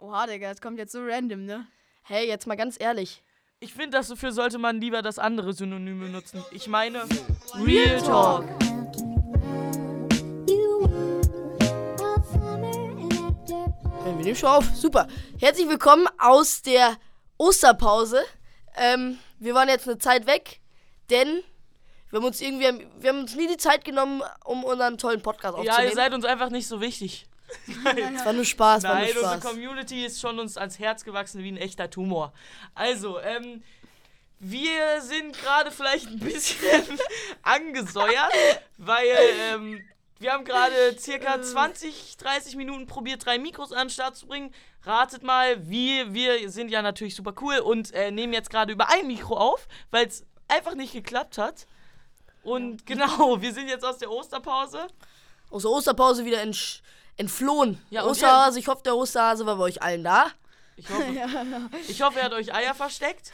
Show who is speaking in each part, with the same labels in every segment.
Speaker 1: Oha, Digga, das kommt jetzt so random, ne? Hey, jetzt mal ganz ehrlich.
Speaker 2: Ich finde, dafür sollte man lieber das andere Synonym benutzen. Ich meine,
Speaker 1: Real Talk. Wir nehmen schon auf. Super. Herzlich willkommen aus der Osterpause. Ähm, wir waren jetzt eine Zeit weg, denn wir haben uns irgendwie, wir haben uns nie die Zeit genommen, um unseren tollen Podcast
Speaker 2: Ja,
Speaker 1: aufzunehmen.
Speaker 2: ihr seid uns einfach nicht so wichtig.
Speaker 1: es war nur Spaß, war
Speaker 2: Nein,
Speaker 1: nur
Speaker 2: unsere
Speaker 1: Spaß.
Speaker 2: Community ist schon uns ans Herz gewachsen wie ein echter Tumor. Also, ähm, wir sind gerade vielleicht ein bisschen angesäuert, weil ähm, wir haben gerade circa 20, 30 Minuten probiert, drei Mikros an den Start zu bringen. Ratet mal, wir, wir sind ja natürlich super cool und äh, nehmen jetzt gerade über ein Mikro auf, weil es einfach nicht geklappt hat. Und genau, wir sind jetzt aus der Osterpause.
Speaker 1: Aus der Osterpause wieder entsch- entflohen.
Speaker 2: Ja, und
Speaker 1: Osterhase, ich hoffe, der Osterhase war bei euch allen da.
Speaker 2: Ich hoffe, ich hoffe, er hat euch Eier versteckt.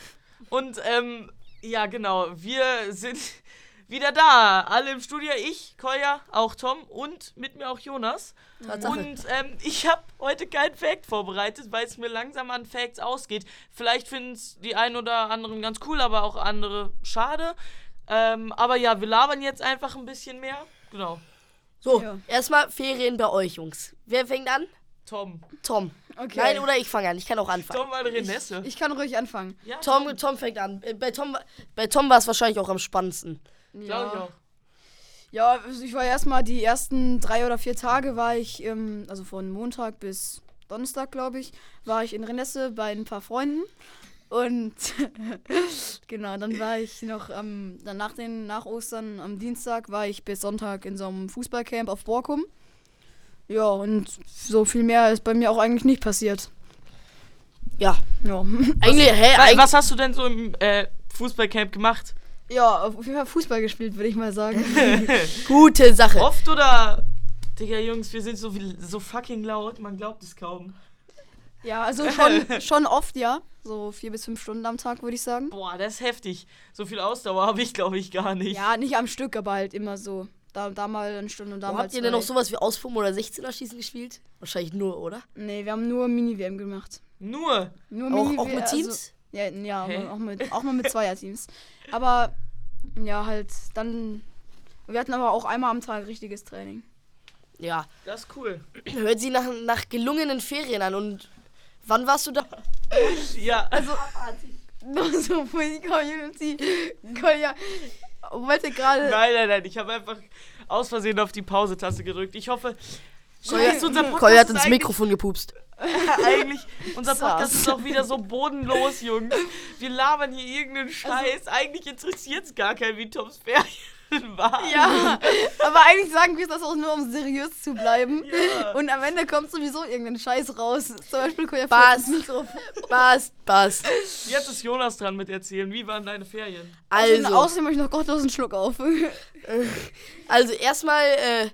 Speaker 2: Und ähm, ja, genau, wir sind wieder da. Alle im Studio, ich, Kolja, auch Tom und mit mir auch Jonas.
Speaker 1: Tatsache.
Speaker 2: Und ähm, ich habe heute kein Fact vorbereitet, weil es mir langsam an Facts ausgeht. Vielleicht finden es die einen oder anderen ganz cool, aber auch andere schade. Ähm, aber ja, wir labern jetzt einfach ein bisschen mehr. Genau.
Speaker 1: so,
Speaker 3: Ja.
Speaker 1: erstmal Ferien bei euch, Jungs. Wer fängt an?
Speaker 2: Tom.
Speaker 1: Tom.
Speaker 3: Okay.
Speaker 1: Nein, oder ich fange an. Ich kann auch anfangen.
Speaker 2: Tom mal Renesse.
Speaker 3: Ich kann ruhig anfangen.
Speaker 2: ja,
Speaker 1: Tom, Tom fängt an. Äh, Bei Tom, bei Tom war es wahrscheinlich auch am spannendsten.
Speaker 2: glaube ich auch.
Speaker 3: Ja, also ich war erstmal die ersten drei oder vier Tage war ich, ähm, also von Montag bis Donnerstag, glaube ich, war ich in Renesse bei ein paar Freunden. Und genau, dann war ich noch am, dann nach den, nach Ostern, am Dienstag war ich bis Sonntag in so einem Fußballcamp auf Borkum. Ja, und so viel mehr ist bei mir auch eigentlich nicht passiert.
Speaker 1: Ja.
Speaker 3: Ja.
Speaker 1: Eigentlich, hä,
Speaker 2: Wa-
Speaker 1: eigentlich,
Speaker 2: Was hast du denn so im äh, Fußballcamp gemacht?
Speaker 3: Ja, auf jeden Fall Fußball gespielt, würde ich mal sagen.
Speaker 1: gute Sache.
Speaker 2: Oft oder? Digga, Jungs, wir sind so, wie- so fucking laut, man glaubt es kaum.
Speaker 3: Ja, also schon, schon oft, ja. So vier bis fünf Stunden am Tag, würde ich sagen.
Speaker 2: Boah, das ist heftig. So viel Ausdauer habe ich, glaube ich, gar nicht.
Speaker 3: Ja, nicht am Stück, aber halt immer so. Da, da mal eine Stunde und da
Speaker 1: Wo
Speaker 3: mal
Speaker 1: habt ihr denn noch
Speaker 3: zwei.
Speaker 1: sowas wie Ausfum oder 16er Schießen gespielt? Wahrscheinlich nur, oder?
Speaker 3: Nee, wir haben nur Mini-WM gemacht.
Speaker 2: Nur.
Speaker 3: Nur
Speaker 1: Auch,
Speaker 3: Mini-WM,
Speaker 1: auch mit Teams?
Speaker 3: Also, ja, ja aber
Speaker 2: Hä?
Speaker 3: auch, mit, auch mal mit Zweierteams. Aber ja, halt dann... Wir hatten aber auch einmal am Tag richtiges Training.
Speaker 1: Ja.
Speaker 2: Das ist cool.
Speaker 1: Hört sie nach, nach gelungenen Ferien an und wann warst du da?
Speaker 2: Ja, also,
Speaker 3: so für die Community. Kolja wollte gerade...
Speaker 2: nein, nein, nein. Ich habe einfach aus Versehen auf die Pause-Taste gedrückt. Ich hoffe,
Speaker 1: Kolja,
Speaker 2: Scheiße, unser Podcast
Speaker 1: Kolja hat
Speaker 2: ist
Speaker 1: ins
Speaker 2: eigentlich-
Speaker 1: Mikrofon gepupst.
Speaker 2: eigentlich, unser Podcast
Speaker 1: Saß.
Speaker 2: ist auch wieder so bodenlos, Jungs. Wir labern hier irgendeinen Scheiß. eigentlich interessiert es gar keinen, wie Toms Ferien waren.
Speaker 3: Ja, aber eigentlich sagen wir das auch nur, um seriös zu bleiben.
Speaker 2: Ja.
Speaker 3: Und am Ende kommt sowieso irgendein Scheiß raus. Zum Beispiel Koja
Speaker 1: Bas.
Speaker 3: Furz ins Mikro.
Speaker 1: Passt, passt.
Speaker 2: Jetzt ist Jonas dran mit erzählen. Wie waren deine Ferien?
Speaker 3: Außerdem-
Speaker 1: Also,
Speaker 3: Außerdem habe ich noch gottlosen Schluck auf.
Speaker 1: also erstmal, äh,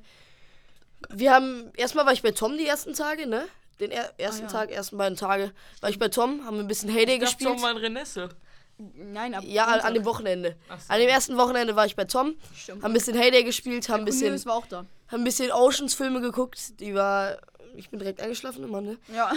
Speaker 1: wir haben, erstmal war ich bei Tom die ersten Tage, ne? Den er ersten
Speaker 3: ja.
Speaker 1: Tag, ersten beiden Tage war ich bei Tom, haben wir ein bisschen Heyday
Speaker 2: Ah, Ich dachte
Speaker 1: gespielt.
Speaker 2: schon mal in Renesse.
Speaker 3: Nein, ab
Speaker 1: Ja, an, an dem
Speaker 3: Montag.
Speaker 1: Wochenende.
Speaker 2: Ach so.
Speaker 3: Also
Speaker 1: An dem ersten Wochenende war ich bei Tom,
Speaker 3: Stimmt.
Speaker 1: haben ein bisschen Heyday gespielt, haben ein bisschen,
Speaker 3: Cornelius war auch da.
Speaker 1: haben ein bisschen Oceans-Filme geguckt. Die war. Ich bin direkt eingeschlafen immer, ne?
Speaker 3: Ja.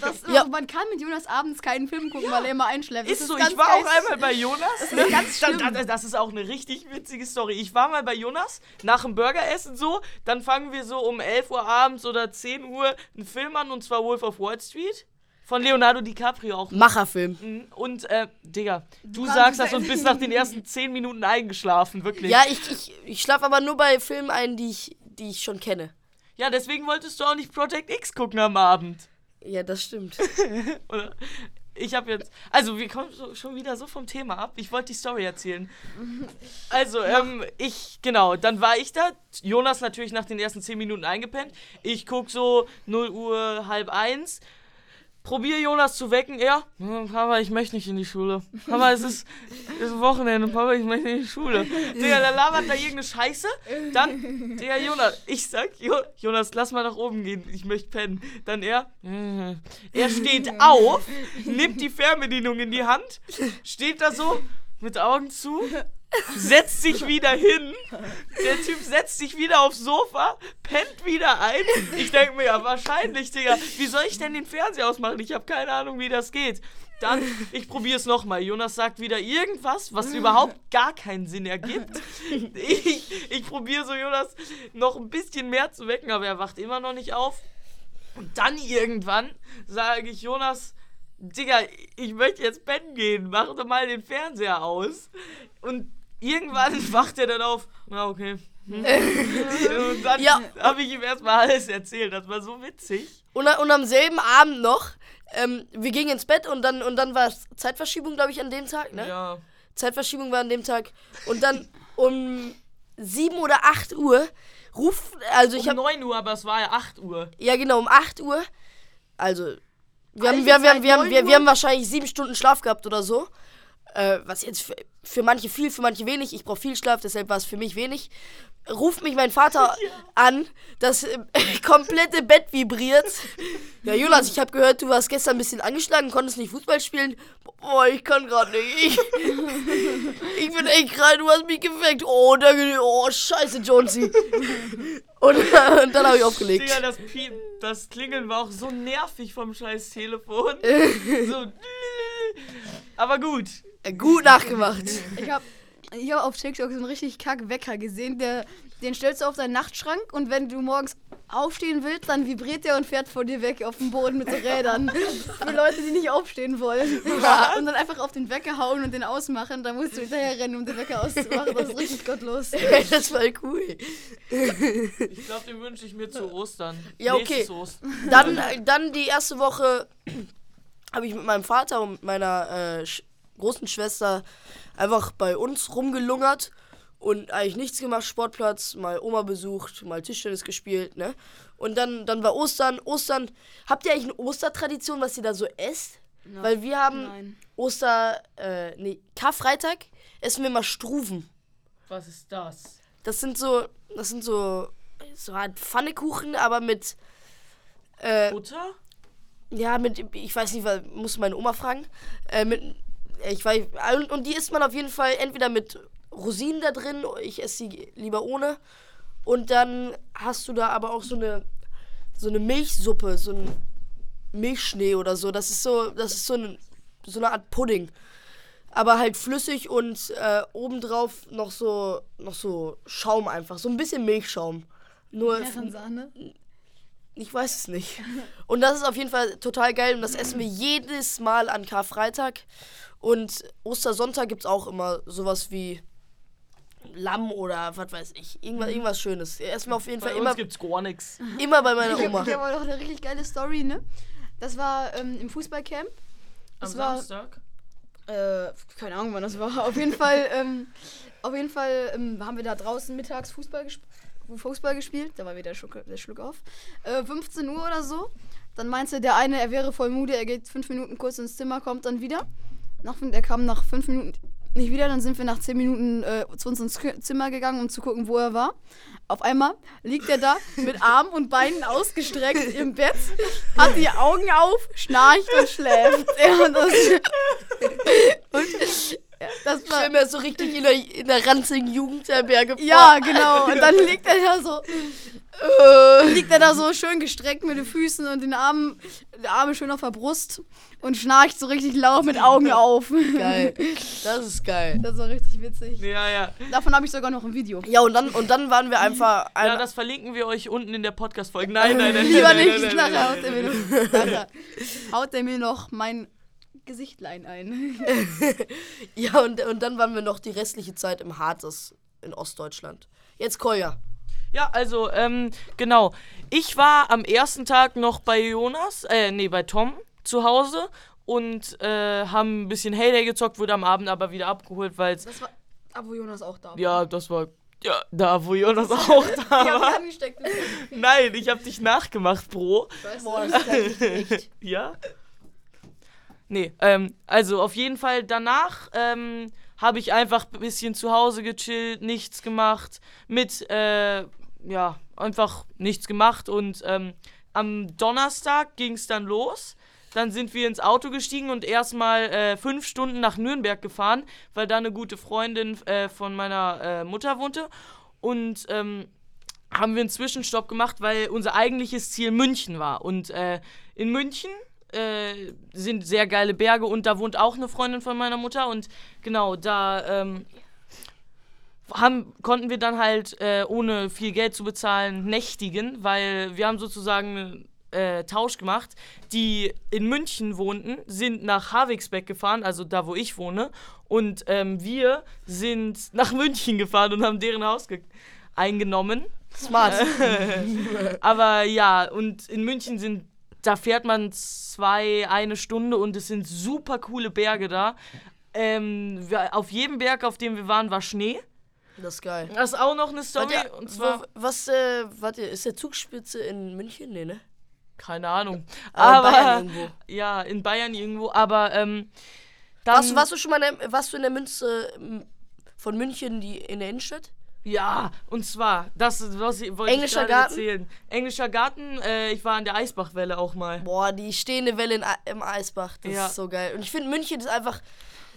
Speaker 3: das,
Speaker 1: Ja.
Speaker 3: Man kann mit Jonas abends keinen Film gucken, weil er immer einschläft. Das
Speaker 2: Ist so,
Speaker 3: ganz
Speaker 2: ich war
Speaker 3: geil.
Speaker 2: auch einmal bei Jonas.
Speaker 3: ist ganz
Speaker 2: Dann-
Speaker 3: schlimm.
Speaker 2: dann- Das ist auch eine richtig witzige Story. Ich war mal bei Jonas nach dem Burgeressen so, dann fangen wir so um 11 Uhr abends oder 10 Uhr einen Film an und zwar Wolf of Wall Street von Leonardo DiCaprio auch.
Speaker 1: Macherfilm.
Speaker 2: Und äh, Digga, du
Speaker 3: kannst
Speaker 2: sagst
Speaker 3: es
Speaker 2: das und bist nach den ersten 10 Minuten eingeschlafen, wirklich.
Speaker 1: Ja, ich, ich, ich schlafe aber nur bei Filmen ein, die ich, die ich schon kenne.
Speaker 2: ja, deswegen wolltest du auch nicht Project X gucken am Abend.
Speaker 1: Ja, das stimmt.
Speaker 2: Oder? Ich habe jetzt. Also, wir kommen so, schon wieder so vom Thema ab. Ich wollte die Story erzählen. Also, ähm, ich, genau, dann war ich da. Jonas natürlich nach den ersten 10 Minuten eingepennt. Ich guck so 0 Uhr, halb eins. Probier Jonas zu wecken. Er, "Hm, Papa, ich möchte nicht in die Schule. Papa, es ist, es ist Wochenende. Papa, ich möchte nicht in die Schule. Digga, da labert da irgendeine Scheiße. Dann, Digga, Jonas, ich sag, jo Jonas, lass mal nach oben gehen. Ich möchte pennen. Dann er, "Hm." er steht auf, nimmt die Fernbedienung in die Hand, steht da so mit Augen zu setzt sich wieder hin. Der Typ setzt sich wieder aufs Sofa, pennt wieder ein. Ich denke mir, ja, wahrscheinlich, Digga. Wie soll ich denn den Fernseher ausmachen? Ich habe keine Ahnung, wie das geht. Dann, ich probiere es nochmal. Jonas sagt wieder irgendwas, was überhaupt gar keinen Sinn ergibt. Ich, ich probiere so Jonas noch ein bisschen mehr zu wecken, aber er wacht immer noch nicht auf. Und dann irgendwann sage ich Jonas, Digga, ich möchte jetzt pennen gehen, mach doch mal den Fernseher aus. Und irgendwann wacht er dann auf, na okay. Hm. Und dann
Speaker 1: Ja.
Speaker 2: habe ich ihm erstmal alles erzählt, das war so witzig.
Speaker 1: Und, a- und am selben Abend noch, ähm, wir gingen ins Bett und dann, und dann war es Zeitverschiebung, glaube ich, an dem Tag, ne?
Speaker 2: Ja.
Speaker 1: Zeitverschiebung war an dem Tag. Und dann um 7 oder 8 Uhr ruft, also ich
Speaker 2: Um
Speaker 1: habe,
Speaker 2: 9 Uhr, aber es war ja 8 Uhr.
Speaker 1: ja genau, um 8 Uhr, also wir haben,
Speaker 2: Alte
Speaker 1: wir, haben- wir,
Speaker 2: Zeit,
Speaker 1: haben, wir, haben, wir,
Speaker 2: 9
Speaker 1: wir
Speaker 2: Uhr?
Speaker 1: haben wahrscheinlich sieben Stunden Schlaf gehabt oder so. Äh, was jetzt für, für manche viel, für manche wenig. Ich brauche viel Schlaf, deshalb war es für mich wenig. Ruft mich mein Vater an, das äh, komplette Bett vibriert. Ja, Jonas, ich habe gehört, du warst gestern ein bisschen angeschlagen, konntest nicht Fußball spielen. Boah, ich kann gerade nicht. Ich, ich bin echt krank, du hast mich geweckt. Oh, danke, oh, scheiße, Jonesy. Und, äh, und dann habe ich aufgelegt.
Speaker 2: Digga, das, Piep, das Klingeln war auch so nervig vom scheiß Telefon. so. Aber gut.
Speaker 1: Äh, Gut nachgemacht.
Speaker 3: Ich habe ich hab auf TikTok so einen richtig kack Wecker gesehen. Der, den stellst du auf deinen Nachtschrank und wenn du morgens aufstehen willst, dann vibriert der und fährt vor dir weg auf dem Boden mit so Rädern. Für Leute, die nicht aufstehen wollen. Und dann einfach auf den Wecker hauen und den ausmachen. Dann musst du hinterher rennen, um den Wecker auszumachen. Das ist richtig gottlos.
Speaker 1: Ey, das war cool.
Speaker 2: Ich glaube, den wünsche ich mir zu Ostern.
Speaker 1: Ja, okay.
Speaker 2: Nächstes Ostern.
Speaker 1: Dann, äh, dann die erste Woche habe ich mit meinem Vater und mit meiner äh, Sch großen Schwester einfach bei uns rumgelungert und eigentlich nichts gemacht. Sportplatz, mal Oma besucht, mal Tischtennis gespielt, ne? Und dann, dann war Ostern. Ostern, habt ihr eigentlich eine Ostertradition, was ihr da so esst? Weil wir haben
Speaker 3: Nein.
Speaker 1: Oster, äh, nee, Karfreitag essen wir mal Struven.
Speaker 2: Was ist das?
Speaker 1: Das sind so, das sind so, so halt Pfannekuchen, aber mit, äh,
Speaker 2: Butter?
Speaker 1: ja, mit, ich weiß nicht, weil- muss meine Oma fragen, äh, mit, ich weiß, und, und die isst man auf jeden Fall entweder mit Rosinen da drin, ich esse sie lieber ohne, und dann hast du da aber auch so eine, so eine Milchsuppe, so ein Milchschnee oder so, das ist so, das ist so, ein, so eine Art Pudding. Aber halt flüssig und äh, obendrauf noch so, noch so Schaum einfach, so ein bisschen Milchschaum. Nur
Speaker 3: Herrensahne.
Speaker 1: ich weiß es nicht. Und das ist auf jeden Fall total geil und das essen wir jedes Mal an Karfreitag. Und Ostersonntag gibt es auch immer sowas wie Lamm oder was weiß ich. Irgendwas, irgendwas Schönes. Essen wir auf jeden
Speaker 2: Bei
Speaker 1: Fall
Speaker 2: uns
Speaker 1: immer,
Speaker 2: gibt's gar nichts.
Speaker 1: immer bei meiner
Speaker 3: Ich
Speaker 1: Oma.
Speaker 3: habe hab aber noch eine richtig geile Story, ne? Das war ähm, im Fußballcamp.
Speaker 2: Am
Speaker 3: Es war-
Speaker 2: Samstag?
Speaker 3: Äh, keine Ahnung, wann das war. Auf jeden Fall, ähm, auf jeden Fall ähm, haben wir da draußen mittags Fußball, gesp Fußball gespielt. Da war wieder der Schluck, der Schluck auf. Äh, 15 Uhr oder so. Dann meinte der eine, er wäre voll müde, er geht fünf Minuten kurz ins Zimmer, kommt dann wieder. Nach, fün- er kam nach fünf Minuten nicht wieder, dann sind wir nach zehn Minuten äh, zu uns ins Kü- Zimmer gegangen, um zu gucken, wo er war. Auf einmal liegt er da mit Armen und Beinen ausgestreckt im Bett, hat die Augen auf, schnarcht und schläft. Ja, und das, das
Speaker 1: Ich
Speaker 3: war
Speaker 1: stell mir das so richtig in der, in der ranzigen Jugendherberge vor.
Speaker 3: Ja, genau. Und dann liegt er da so,
Speaker 1: Äh,
Speaker 3: liegt er da so schön gestreckt mit den Füßen und den Armen, die Arme schön auf der Brust und schnarcht so richtig laut mit Augen auf.
Speaker 1: geil. Das ist geil.
Speaker 3: Das war richtig witzig.
Speaker 2: Ja, ja.
Speaker 3: Davon habe ich sogar noch ein Video.
Speaker 1: Ja, und dann, und dann waren wir einfach.
Speaker 2: Ja,
Speaker 1: ein-
Speaker 2: das verlinken wir euch unten in der Podcast-Folge. Nein, nein, nein.
Speaker 3: Lieber
Speaker 2: nein, nein,
Speaker 3: nicht,
Speaker 2: nein, nein,
Speaker 3: nachher
Speaker 2: nein,
Speaker 3: haut er
Speaker 2: nein,
Speaker 3: mir noch, nachher haut er mir noch mein Gesichtlein ein.
Speaker 1: ja und, und dann waren wir noch die restliche Zeit im Hartes in Ostdeutschland. Jetzt Kolja.
Speaker 2: Ja, also, ähm, genau. Ich war am ersten Tag noch bei Jonas, äh, nee, bei Tom zu Hause und äh, haben ein bisschen Heyday gezockt, wurde am Abend aber wieder abgeholt, weil
Speaker 3: Das war, aber Jonas auch da.
Speaker 2: ja, das war ja da, wo Jonas auch da
Speaker 3: Ich hab mich
Speaker 2: war.
Speaker 3: angesteckt.
Speaker 2: Nein, ich hab dich nachgemacht, Bro.
Speaker 1: Boah,
Speaker 3: Weißt
Speaker 1: das ist echt.
Speaker 2: Ja? Nee, ähm, also auf jeden Fall danach ähm, habe ich einfach ein bisschen zu Hause gechillt, nichts gemacht, mit, äh, ja, einfach nichts gemacht und ähm, am Donnerstag ging es dann los. Dann sind wir ins Auto gestiegen und erstmal äh, fünf Stunden nach Nürnberg gefahren, weil da eine gute Freundin äh, von meiner äh, Mutter wohnte. Und ähm, haben wir einen Zwischenstopp gemacht, weil unser eigentliches Ziel München war. Und äh, in München äh, sind sehr geile Berge und da wohnt auch eine Freundin von meiner Mutter. Und genau, da ähm, haben, konnten wir dann halt, äh, ohne viel Geld zu bezahlen, nächtigen, weil wir haben sozusagen äh, Tausch gemacht. Die in München wohnten, sind nach Havigsbeck gefahren, also da, wo ich wohne. Und ähm, wir sind nach München gefahren und haben deren Haus ge- eingenommen.
Speaker 1: Smart.
Speaker 2: Aber ja, und in München sind, da fährt man zwei, eine Stunde und es sind super coole Berge da. Ähm, wir, auf jedem Berg, auf dem wir waren, war Schnee.
Speaker 1: Das ist geil.
Speaker 2: Das ist auch noch eine Story.
Speaker 1: Warte,
Speaker 2: und zwar,
Speaker 1: wa- was, äh, warte, ist der Zugspitze in München? Nee, ne?
Speaker 2: keine Ahnung.
Speaker 1: Aber
Speaker 2: Aber,
Speaker 1: in Bayern irgendwo.
Speaker 2: ja, in Bayern irgendwo. Aber ähm, dann,
Speaker 1: Warst, du- warst du schon mal in der, warst du in der Münze m, von München die, in der Innenstadt?
Speaker 2: Ja, und zwar, das ist, was ich wollte
Speaker 1: Englischer
Speaker 2: ich gerade
Speaker 1: Garten?
Speaker 2: erzählen. Englischer Garten, äh, ich war an der Eisbachwelle auch mal.
Speaker 1: Boah, die stehende Welle in, A- im Eisbach, das
Speaker 2: Ja.
Speaker 1: ist so geil. Und ich finde, München ist einfach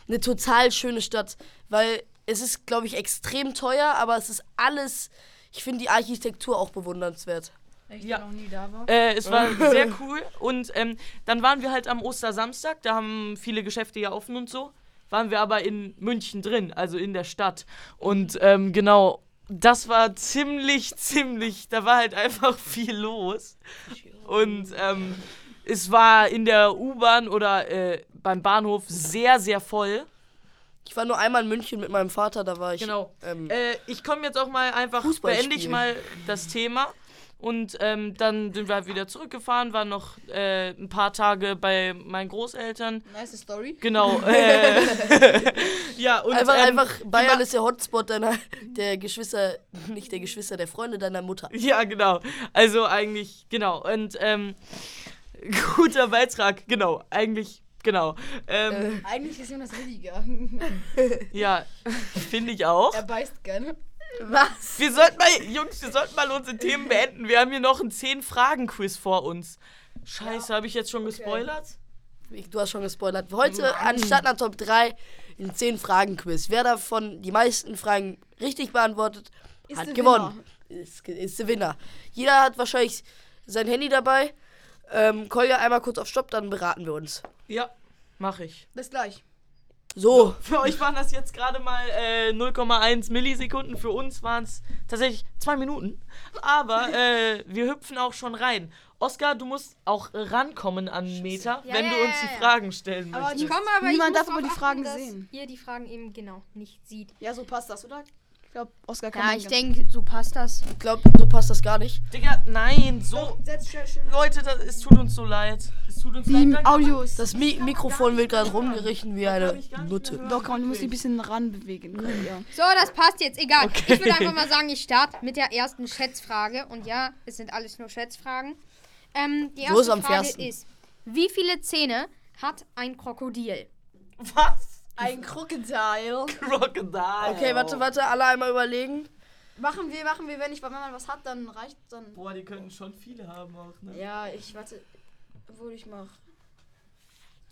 Speaker 1: eine total schöne Stadt, weil es ist, glaube ich, extrem teuer, aber es ist alles, ich finde die Architektur auch bewundernswert.
Speaker 3: Ich
Speaker 2: Ja.
Speaker 3: noch nie da war.
Speaker 2: Äh, es war sehr cool. Und ähm, dann waren wir halt am Ostersamstag, da haben viele Geschäfte ja offen und so. Waren wir aber in München drin, also in der Stadt. Und ähm, genau, das war ziemlich, ziemlich, da war halt einfach viel los. Und ähm, es war in der U-Bahn oder äh, beim Bahnhof sehr, sehr voll.
Speaker 1: Ich war nur einmal in München mit meinem Vater, da war ich.
Speaker 2: Genau.
Speaker 1: Ähm,
Speaker 2: Äh, ich komme jetzt auch mal einfach,
Speaker 1: Fußball
Speaker 2: beende ich
Speaker 1: spielen.
Speaker 2: mal das Thema. Und ähm, dann sind wir halt wieder zurückgefahren, waren noch äh, ein paar Tage bei meinen Großeltern.
Speaker 3: Nice Story.
Speaker 2: Genau. Äh, ja, und
Speaker 1: einfach,
Speaker 2: ähm,
Speaker 1: einfach, Bayern
Speaker 2: über-
Speaker 1: ist der Hotspot deiner, der Geschwister, nicht der Geschwister, der Freunde deiner Mutter.
Speaker 2: Ja, genau. Also eigentlich, genau. Und ähm, guter Beitrag, genau. Eigentlich, genau. Ähm,
Speaker 3: Eigentlich ist Jonas Rüdiger.
Speaker 1: Äh.
Speaker 2: Ja, finde ich auch.
Speaker 3: er beißt gerne.
Speaker 1: Was?
Speaker 2: Wir sollten mal, Jungs, wir sollten mal unsere Themen beenden. Wir haben hier noch ein 10-Fragen-Quiz vor uns. Scheiße, habe ich jetzt schon gespoilert?
Speaker 1: Ich- Du hast schon gespoilert. Heute anstatt einer Top 3 ein 10-Fragen-Quiz. Wer davon die meisten Fragen richtig beantwortet,
Speaker 3: Ist
Speaker 1: hat
Speaker 3: der
Speaker 1: gewonnen. Ist, ge- ist der Winner. Jeder hat wahrscheinlich sein Handy dabei. Ähm, Kolja einmal kurz auf Stopp, dann beraten wir uns.
Speaker 2: Ja, mache ich.
Speaker 3: Bis gleich.
Speaker 1: So,
Speaker 2: Für euch waren das jetzt gerade mal äh, 0,1 Millisekunden. Für uns waren es tatsächlich zwei Minuten. Aber äh, wir hüpfen auch schon rein. Oscar, du musst auch rankommen an Meter,
Speaker 4: Ja,
Speaker 2: wenn
Speaker 4: ja,
Speaker 2: du
Speaker 4: ja,
Speaker 2: uns die
Speaker 4: ja.
Speaker 2: Fragen stellen
Speaker 3: Aber
Speaker 2: möchtest.
Speaker 3: die- Komm, aber ich Niemand muss darf aber
Speaker 4: aber
Speaker 3: drauf die Fragen achten, dass sehen.
Speaker 4: Ihr die Fragen eben genau nicht sieht.
Speaker 3: Ja, so passt das, oder? Ich glaube, Oskar kann
Speaker 4: Ja,
Speaker 3: man
Speaker 4: ich
Speaker 3: ganz-
Speaker 4: denke, so passt das.
Speaker 1: ich glaube, so passt das gar nicht.
Speaker 2: Digga, nein, so.
Speaker 3: Doch, setz schnell, schnell.
Speaker 2: Leute, das, es tut uns so leid. Es tut uns
Speaker 3: Die
Speaker 2: leid. Danke,
Speaker 3: Audios.
Speaker 1: Das Mi Mikrofon wird gerade rumgerichtet wie
Speaker 2: kann
Speaker 1: eine
Speaker 2: ich gar nicht mehr
Speaker 1: Nutte.
Speaker 2: hören.
Speaker 3: Doch, komm, du musst dich ein bisschen ranbewegen. Können, ja.
Speaker 4: So, das passt jetzt. Egal.
Speaker 2: Okay.
Speaker 4: Ich würde einfach mal sagen, ich starte mit der ersten Schätzfrage. Und ja, es sind alles nur Schätzfragen. Ähm, die
Speaker 1: So
Speaker 4: erste
Speaker 1: ist am
Speaker 4: Frage
Speaker 1: fairsten.
Speaker 4: ist, wie viele Zähne hat ein Krokodil?
Speaker 2: Was?
Speaker 3: Ein Krokodil.
Speaker 2: Crocodile.
Speaker 1: Okay, warte, warte, alle einmal überlegen.
Speaker 3: Machen wir, machen wir, wenn ich wenn man was hat, dann reicht dann.
Speaker 2: Boah, die könnten schon viele haben auch, ne?
Speaker 3: Ja, ich warte, obwohl ich mach.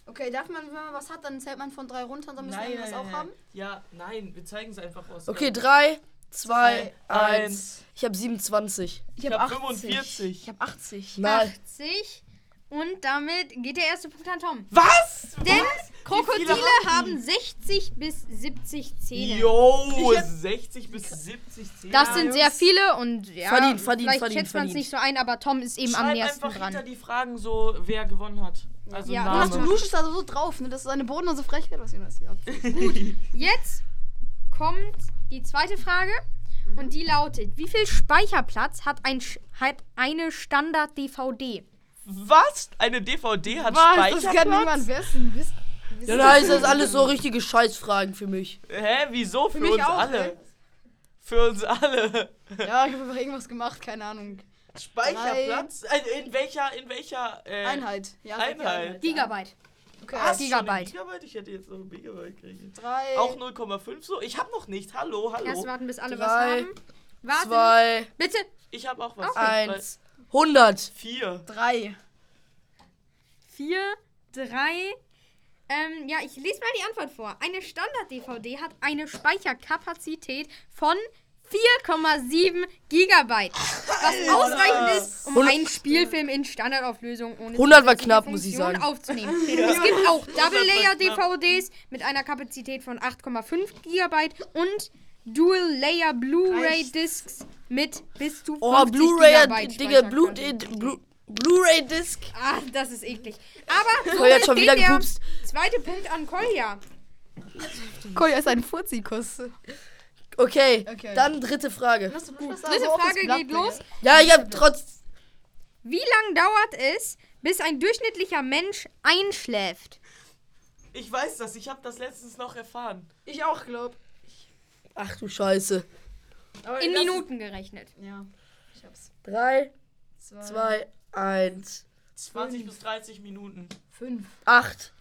Speaker 3: Okay, darf man, wenn man was hat, dann zählt man von drei runter und dann müssen wir das auch haben.
Speaker 2: Ja, nein, wir zeigen es einfach aus.
Speaker 1: Okay, 3, 2,
Speaker 2: Zwei,
Speaker 1: 1. Ich habe 27.
Speaker 3: Ich
Speaker 2: hab hab 80. 45.
Speaker 3: Ich habe 80.
Speaker 1: Nein.
Speaker 4: 80. Und damit geht der erste Punkt an Tom.
Speaker 2: Was?
Speaker 4: Denn
Speaker 2: Wie viele
Speaker 4: Krokodile
Speaker 2: haben die?
Speaker 4: haben 60 bis 70 Zähne.
Speaker 2: Yo,
Speaker 3: Ich hab-
Speaker 2: 60 bis 70 Zähne.
Speaker 4: Das sind sehr viele und ja,
Speaker 1: Verdient, verdient,
Speaker 4: vielleicht
Speaker 1: verdient,
Speaker 4: schätzt man es
Speaker 1: verdient.
Speaker 4: nicht so ein, aber Tom ist eben
Speaker 2: Schreib
Speaker 4: am nächsten
Speaker 2: einfach hinter
Speaker 4: dran.
Speaker 2: die Fragen so, wer gewonnen hat. Also
Speaker 4: Ja.
Speaker 3: Und du
Speaker 2: Name.
Speaker 3: luschest also so drauf, ne? Das ist eine bodenlose Frechheit, was ihr das hier habt.
Speaker 4: Jetzt kommt die zweite Frage und die lautet: Wie viel Speicherplatz hat, ein, Sch- hat eine Standard-DVD?
Speaker 2: Was? Eine DVD hat
Speaker 3: Was? Das kann
Speaker 2: Speicherplatz?
Speaker 3: niemand wissen. Wisst, wisst
Speaker 1: Dann heißt das alles so richtige Scheißfragen für mich.
Speaker 2: Hä, wieso? Für,
Speaker 3: mich
Speaker 2: uns
Speaker 3: auch,
Speaker 2: alle.
Speaker 3: ne?
Speaker 2: Für uns alle.
Speaker 3: Ja, ich habe einfach irgendwas gemacht, keine Ahnung.
Speaker 2: Speicherplatz? Also in welcher, in welcher äh,
Speaker 3: Einheit. Ja, sag die
Speaker 2: Einheit.
Speaker 4: Gigabyte.
Speaker 3: Okay.
Speaker 2: Was? Schon eine
Speaker 4: Gigabyte.
Speaker 2: Gigabyte? Ich hätte jetzt noch ein Gigabyte gekriegt.
Speaker 3: Drei.
Speaker 2: Auch 0,5 so? Ich hab noch nicht. Hallo,
Speaker 4: Erst
Speaker 2: hallo.
Speaker 4: warten, bis alle was
Speaker 1: Drei,
Speaker 4: haben. Warten.
Speaker 1: Zwei,
Speaker 4: Bitte.
Speaker 2: Ich hab auch was.
Speaker 1: eins, 100.
Speaker 2: 4.
Speaker 3: Drei.
Speaker 4: Vier. drei. Ähm, ja, ich lese mal die Antwort vor. Eine Standard-DVD hat eine Speicherkapazität von 4,7 Gigabyte, was ausreichend ist, um einen Spielfilm in Standardauflösung ohne
Speaker 1: 100 war
Speaker 4: zusätzliche
Speaker 1: knapp, muss ich
Speaker 4: Funktionen
Speaker 1: sagen.
Speaker 4: aufzunehmen. Es gibt auch
Speaker 2: 100 war knapp.
Speaker 4: Double-Layer-DVDs mit einer Kapazität von 8,5 Gigabyte und Dual-Layer Blu-ray-Discs mit bis zu 50
Speaker 1: Oh, Blu-ray,
Speaker 4: Gigabyte
Speaker 1: Digga, Blu- äh,
Speaker 4: Speicherkapazität.
Speaker 1: Blu- Blu-ray-Disc.
Speaker 4: Ah, das ist eklig. Aber
Speaker 1: Kolja hat schon
Speaker 4: somit
Speaker 1: wieder
Speaker 4: steht der
Speaker 1: gepupst.
Speaker 4: Zweite Punkt an Kolja.
Speaker 3: Kolja ist ein Furzikus.
Speaker 1: Okay,
Speaker 3: Okay.
Speaker 1: dann dritte Frage.
Speaker 4: Dritte Frage geht los.
Speaker 1: Ja, ich hab trotz.
Speaker 4: Wie lange dauert es, bis ein durchschnittlicher Mensch einschläft?
Speaker 2: Ich weiß das, ich habe das letztens noch erfahren.
Speaker 3: Ich auch, glaub.
Speaker 1: Ach du Scheiße.
Speaker 4: In Minuten gerechnet.
Speaker 3: Ja, ich hab's.
Speaker 1: Drei,
Speaker 3: Zwei,
Speaker 1: zwei, eins,
Speaker 2: 20 bis 30 Minuten.
Speaker 3: fünf.
Speaker 1: acht.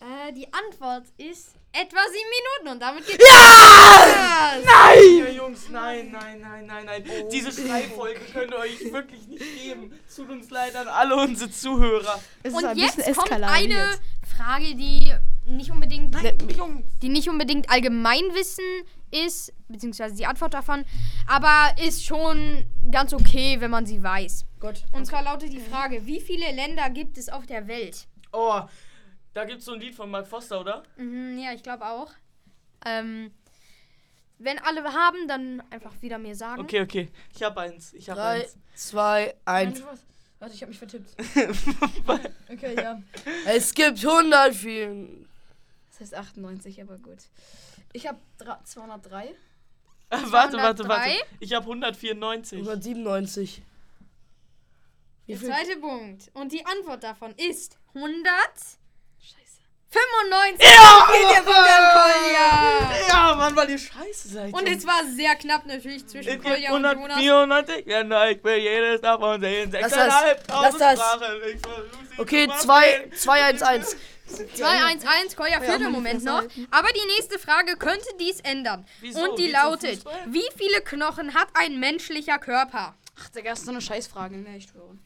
Speaker 4: Äh, die Antwort ist etwa sieben Minuten und damit geht ja!
Speaker 2: Nein! Jungs, nein, nein, nein, nein, nein.
Speaker 4: Oh.
Speaker 2: Diese Schreifolge könnt ihr euch wirklich nicht geben. Tut uns leid an alle unsere Zuhörer.
Speaker 3: Es ist
Speaker 4: Und
Speaker 3: ein
Speaker 4: jetzt
Speaker 3: bisschen
Speaker 4: kommt
Speaker 3: eskaliert.
Speaker 4: eine Frage, die nicht unbedingt,
Speaker 2: Jungs.
Speaker 4: die nicht unbedingt Allgemeinwissen ist, beziehungsweise die Antwort davon, aber ist schon ganz okay, wenn man sie weiß.
Speaker 1: Gott.
Speaker 4: Und zwar lautet die Frage, wie viele Länder gibt es auf der Welt?
Speaker 2: Oh, da gibt's so ein Lied von Mark Foster, oder?
Speaker 4: Mhm, ja, ich glaube auch. Ähm, wenn alle haben, dann einfach wieder mir sagen.
Speaker 2: Okay, okay. Ich hab eins. Ich hab
Speaker 1: Drei,
Speaker 2: eins.
Speaker 1: zwei, eins.
Speaker 3: Warte, ich hab mich vertippt. okay, ja.
Speaker 1: Es gibt 100 vielen.
Speaker 3: Das heißt 98, aber gut. Ich hab dra- 203.
Speaker 2: Äh, warte, warte,
Speaker 4: 203.
Speaker 2: warte. Ich hab 194.
Speaker 1: 197. Wie
Speaker 4: Der
Speaker 1: viel?
Speaker 4: zweite Punkt. Und die Antwort davon ist 100.
Speaker 3: Scheiße.
Speaker 4: 95. Ja! Geht der Punkt an Kolja.
Speaker 2: Ja, Mann, weil ihr scheiße seid.
Speaker 4: Und
Speaker 2: Jungs.
Speaker 4: es war sehr knapp natürlich zwischen
Speaker 2: es gibt
Speaker 4: Kolja und Jonas.
Speaker 2: 194 Länder. Ich will jedes davon sehen.
Speaker 1: Lass das.
Speaker 2: 6,5
Speaker 1: Lass das.
Speaker 2: Sprachen. Ich versuch, sie
Speaker 1: Okay,
Speaker 2: zu
Speaker 1: zwei,
Speaker 2: verstehen.
Speaker 1: zwei, eins, eins.
Speaker 4: 2-1-1, Kolja führt im Moment noch. Aber die nächste Frage könnte dies ändern.
Speaker 2: Wieso?
Speaker 4: Und die
Speaker 2: Geht's um
Speaker 4: lautet,
Speaker 2: Fußball?
Speaker 4: wie viele Knochen hat ein menschlicher Körper?
Speaker 3: Ach, Digga, das ist so eine Scheißfrage. Ne, ich schwöre.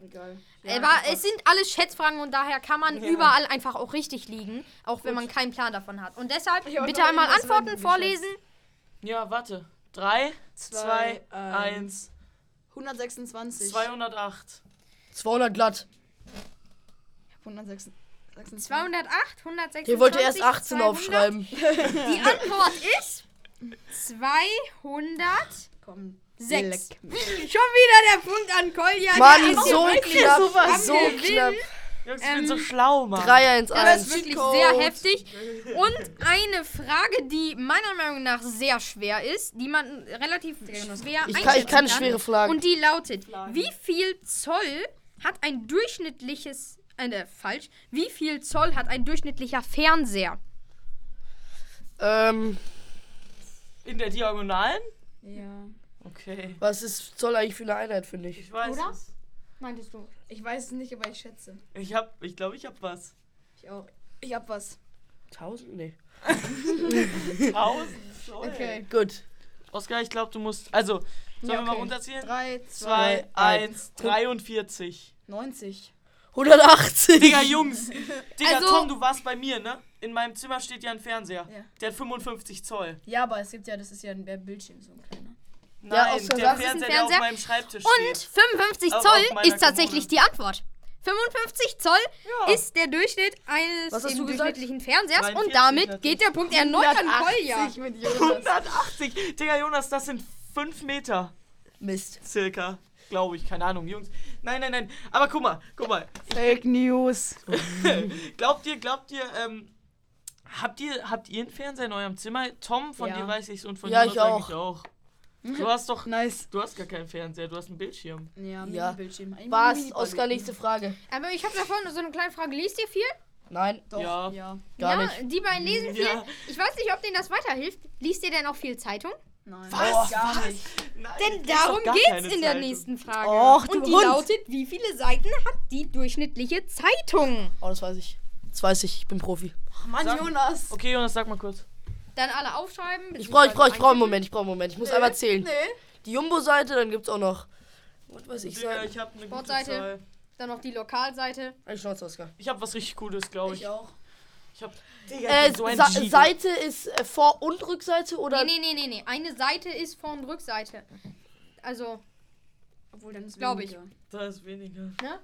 Speaker 3: Egal.
Speaker 4: Äh, war- es sind alles Schätzfragen und daher kann man überall einfach auch richtig liegen, auch wenn man keinen Plan davon hat. Und deshalb
Speaker 3: Ich hab
Speaker 4: bitte
Speaker 3: noch
Speaker 4: einmal
Speaker 3: irgendwas
Speaker 4: Antworten
Speaker 3: reingeschätzt.
Speaker 4: vorlesen.
Speaker 2: Ja, warte. 3, 2,
Speaker 3: Zwei,
Speaker 2: 1,
Speaker 3: 126.
Speaker 2: 208.
Speaker 1: 200 glatt.
Speaker 3: 126.
Speaker 4: 208, 126.
Speaker 1: Hier wollte erst 18
Speaker 4: 200.
Speaker 1: aufschreiben.
Speaker 4: Die Antwort ist 206.
Speaker 3: Komm. leck
Speaker 4: Schon wieder der Punkt an Kolja. der
Speaker 1: Mann,
Speaker 4: ist
Speaker 1: so
Speaker 4: hier wirklich
Speaker 1: knapp,
Speaker 4: am
Speaker 1: so
Speaker 4: Gewinnen.
Speaker 1: knapp.
Speaker 2: Jungs, ich
Speaker 4: Ähm,
Speaker 2: bin so schlau, Mann.
Speaker 1: 3, 1,
Speaker 4: Das ist
Speaker 1: 1.
Speaker 4: wirklich
Speaker 3: Cheat
Speaker 4: sehr
Speaker 3: Code.
Speaker 4: heftig. Und eine Frage, die meiner Meinung nach sehr schwer ist, die man relativ schwer
Speaker 1: Ich kann, ich kann
Speaker 4: einschätzen
Speaker 1: schwere Fragen.
Speaker 4: Und die lautet: Wie viel Zoll hat ein durchschnittliches. Äh, ne, falsch. Wie viel Zoll hat ein durchschnittlicher Fernseher?
Speaker 1: Ähm,
Speaker 2: In der Diagonalen?
Speaker 3: Ja.
Speaker 2: Okay.
Speaker 1: was ist Zoll eigentlich für eine Einheit, finde ich?
Speaker 2: Ich weiß
Speaker 4: Oder?
Speaker 2: es.
Speaker 4: Meintest du?
Speaker 3: Ich weiß es nicht, aber ich schätze.
Speaker 2: Ich hab, ich glaube, ich hab was.
Speaker 3: Ich auch. Ich hab was.
Speaker 1: 1000? Nee.
Speaker 2: 1000 Zoll.
Speaker 3: Okay.
Speaker 1: Gut.
Speaker 2: Oskar, ich glaube, du musst. Also, sollen wir mal
Speaker 3: okay.
Speaker 2: runterzählen?
Speaker 3: 3, 2,
Speaker 2: 2, 1, 43.
Speaker 3: 90.
Speaker 1: 180.
Speaker 2: Digga, Jungs! Digga,
Speaker 4: Also-
Speaker 2: Tom, du warst bei mir, ne? In meinem Zimmer steht ja ein Fernseher.
Speaker 3: Ja.
Speaker 2: Der hat 55 Zoll.
Speaker 3: Ja, aber es gibt ja, das ist ja ein Bildschirm, so ein kleiner.
Speaker 2: Nein,
Speaker 1: Ja, Oskar,
Speaker 2: der
Speaker 1: das ist
Speaker 4: ein
Speaker 2: Fernseher, der auf
Speaker 4: Fernseher.
Speaker 2: meinem Schreibtisch
Speaker 4: Und
Speaker 2: steht.
Speaker 4: 55
Speaker 2: Auf- auf
Speaker 4: Zoll
Speaker 2: meiner
Speaker 4: ist
Speaker 2: Kommode.
Speaker 4: tatsächlich die Antwort. 55 Zoll
Speaker 2: Ja.
Speaker 4: ist der Durchschnitt eines
Speaker 1: Was hast
Speaker 4: eben
Speaker 1: du gesagt?
Speaker 4: durchschnittlichen Fernsehers
Speaker 2: 43
Speaker 4: und damit
Speaker 2: natürlich.
Speaker 4: geht der Punkt erneut an Kolja.
Speaker 3: 180 mit Jonas.
Speaker 2: 180! Digga, Jonas, das sind 5 Meter.
Speaker 1: Mist.
Speaker 2: Circa. Glaube ich, keine Ahnung, Jungs. Nein, nein, nein. Aber guck mal, guck mal.
Speaker 3: Fake News.
Speaker 2: Glaubt ihr, glaubt ihr, ähm, habt ihr, habt ihr einen Fernseher in eurem Zimmer? Tom, von
Speaker 3: Ja.
Speaker 2: dir weiß ich's und von
Speaker 1: Ja,
Speaker 2: Jonas
Speaker 1: ich
Speaker 2: eigentlich auch. Du hast doch,
Speaker 3: Nice.
Speaker 2: du hast gar keinen Fernseher, du hast einen Bildschirm.
Speaker 3: Ja,
Speaker 1: Ja.
Speaker 3: Bildschirm.
Speaker 1: Was? Oscar, nächste Frage.
Speaker 4: Aber ich habe da vorne so eine kleine Frage. Liest ihr viel?
Speaker 1: Nein,
Speaker 3: Doch,
Speaker 2: Ja.
Speaker 3: ja.
Speaker 1: gar
Speaker 4: ja,
Speaker 1: nicht.
Speaker 4: die beiden lesen viel.
Speaker 2: Ja.
Speaker 4: Ich weiß nicht, ob denen das weiterhilft. Liest ihr denn auch viel Zeitung?
Speaker 3: Nein.
Speaker 2: Was?
Speaker 3: Gar
Speaker 2: Was?
Speaker 3: nicht.
Speaker 2: Nein,
Speaker 4: Denn
Speaker 2: ich lese
Speaker 4: darum
Speaker 2: doch gar
Speaker 4: geht's
Speaker 2: keine
Speaker 4: in der
Speaker 2: Zeitung.
Speaker 4: nächsten Frage.
Speaker 1: Och, du
Speaker 4: und die
Speaker 1: Hund.
Speaker 4: lautet, wie viele Seiten hat die durchschnittliche Zeitung?
Speaker 1: Oh, das weiß ich. Das weiß ich. Ich bin Profi.
Speaker 3: Mann,
Speaker 2: Sag-
Speaker 3: Jonas.
Speaker 2: Okay, Jonas, sag mal kurz.
Speaker 4: Dann alle aufschreiben.
Speaker 1: Ich brauche ich brauch, ich brauch einen
Speaker 4: beziehungsweise
Speaker 1: Moment. Ich brauche einen Moment. Ich muss einmal zählen.
Speaker 3: Nee.
Speaker 1: Die Jumbo-Seite, dann gibt's auch noch. Was weiß ich
Speaker 2: Digga,
Speaker 1: sagen?
Speaker 2: ich hab eine gute
Speaker 4: Sportseite.
Speaker 2: Zahl.
Speaker 4: Dann noch die Lokalseite.
Speaker 1: Ein Schnauze, Oskar.
Speaker 2: Ich hab was richtig Cooles, glaube ich.
Speaker 3: Oh, Ich auch.
Speaker 2: Ich hab. Digga, ich
Speaker 1: Äh,
Speaker 2: bin so ein
Speaker 1: Sa
Speaker 2: Gigo.
Speaker 1: Seite ist äh, Vor- und Rückseite oder?
Speaker 4: Nee, nee, nee, nee, nee. Eine Seite ist Vor- und Rückseite. Also,
Speaker 3: Obwohl, dann ist
Speaker 4: Glaub ich.
Speaker 3: weniger.
Speaker 2: Da ist weniger.
Speaker 4: ne?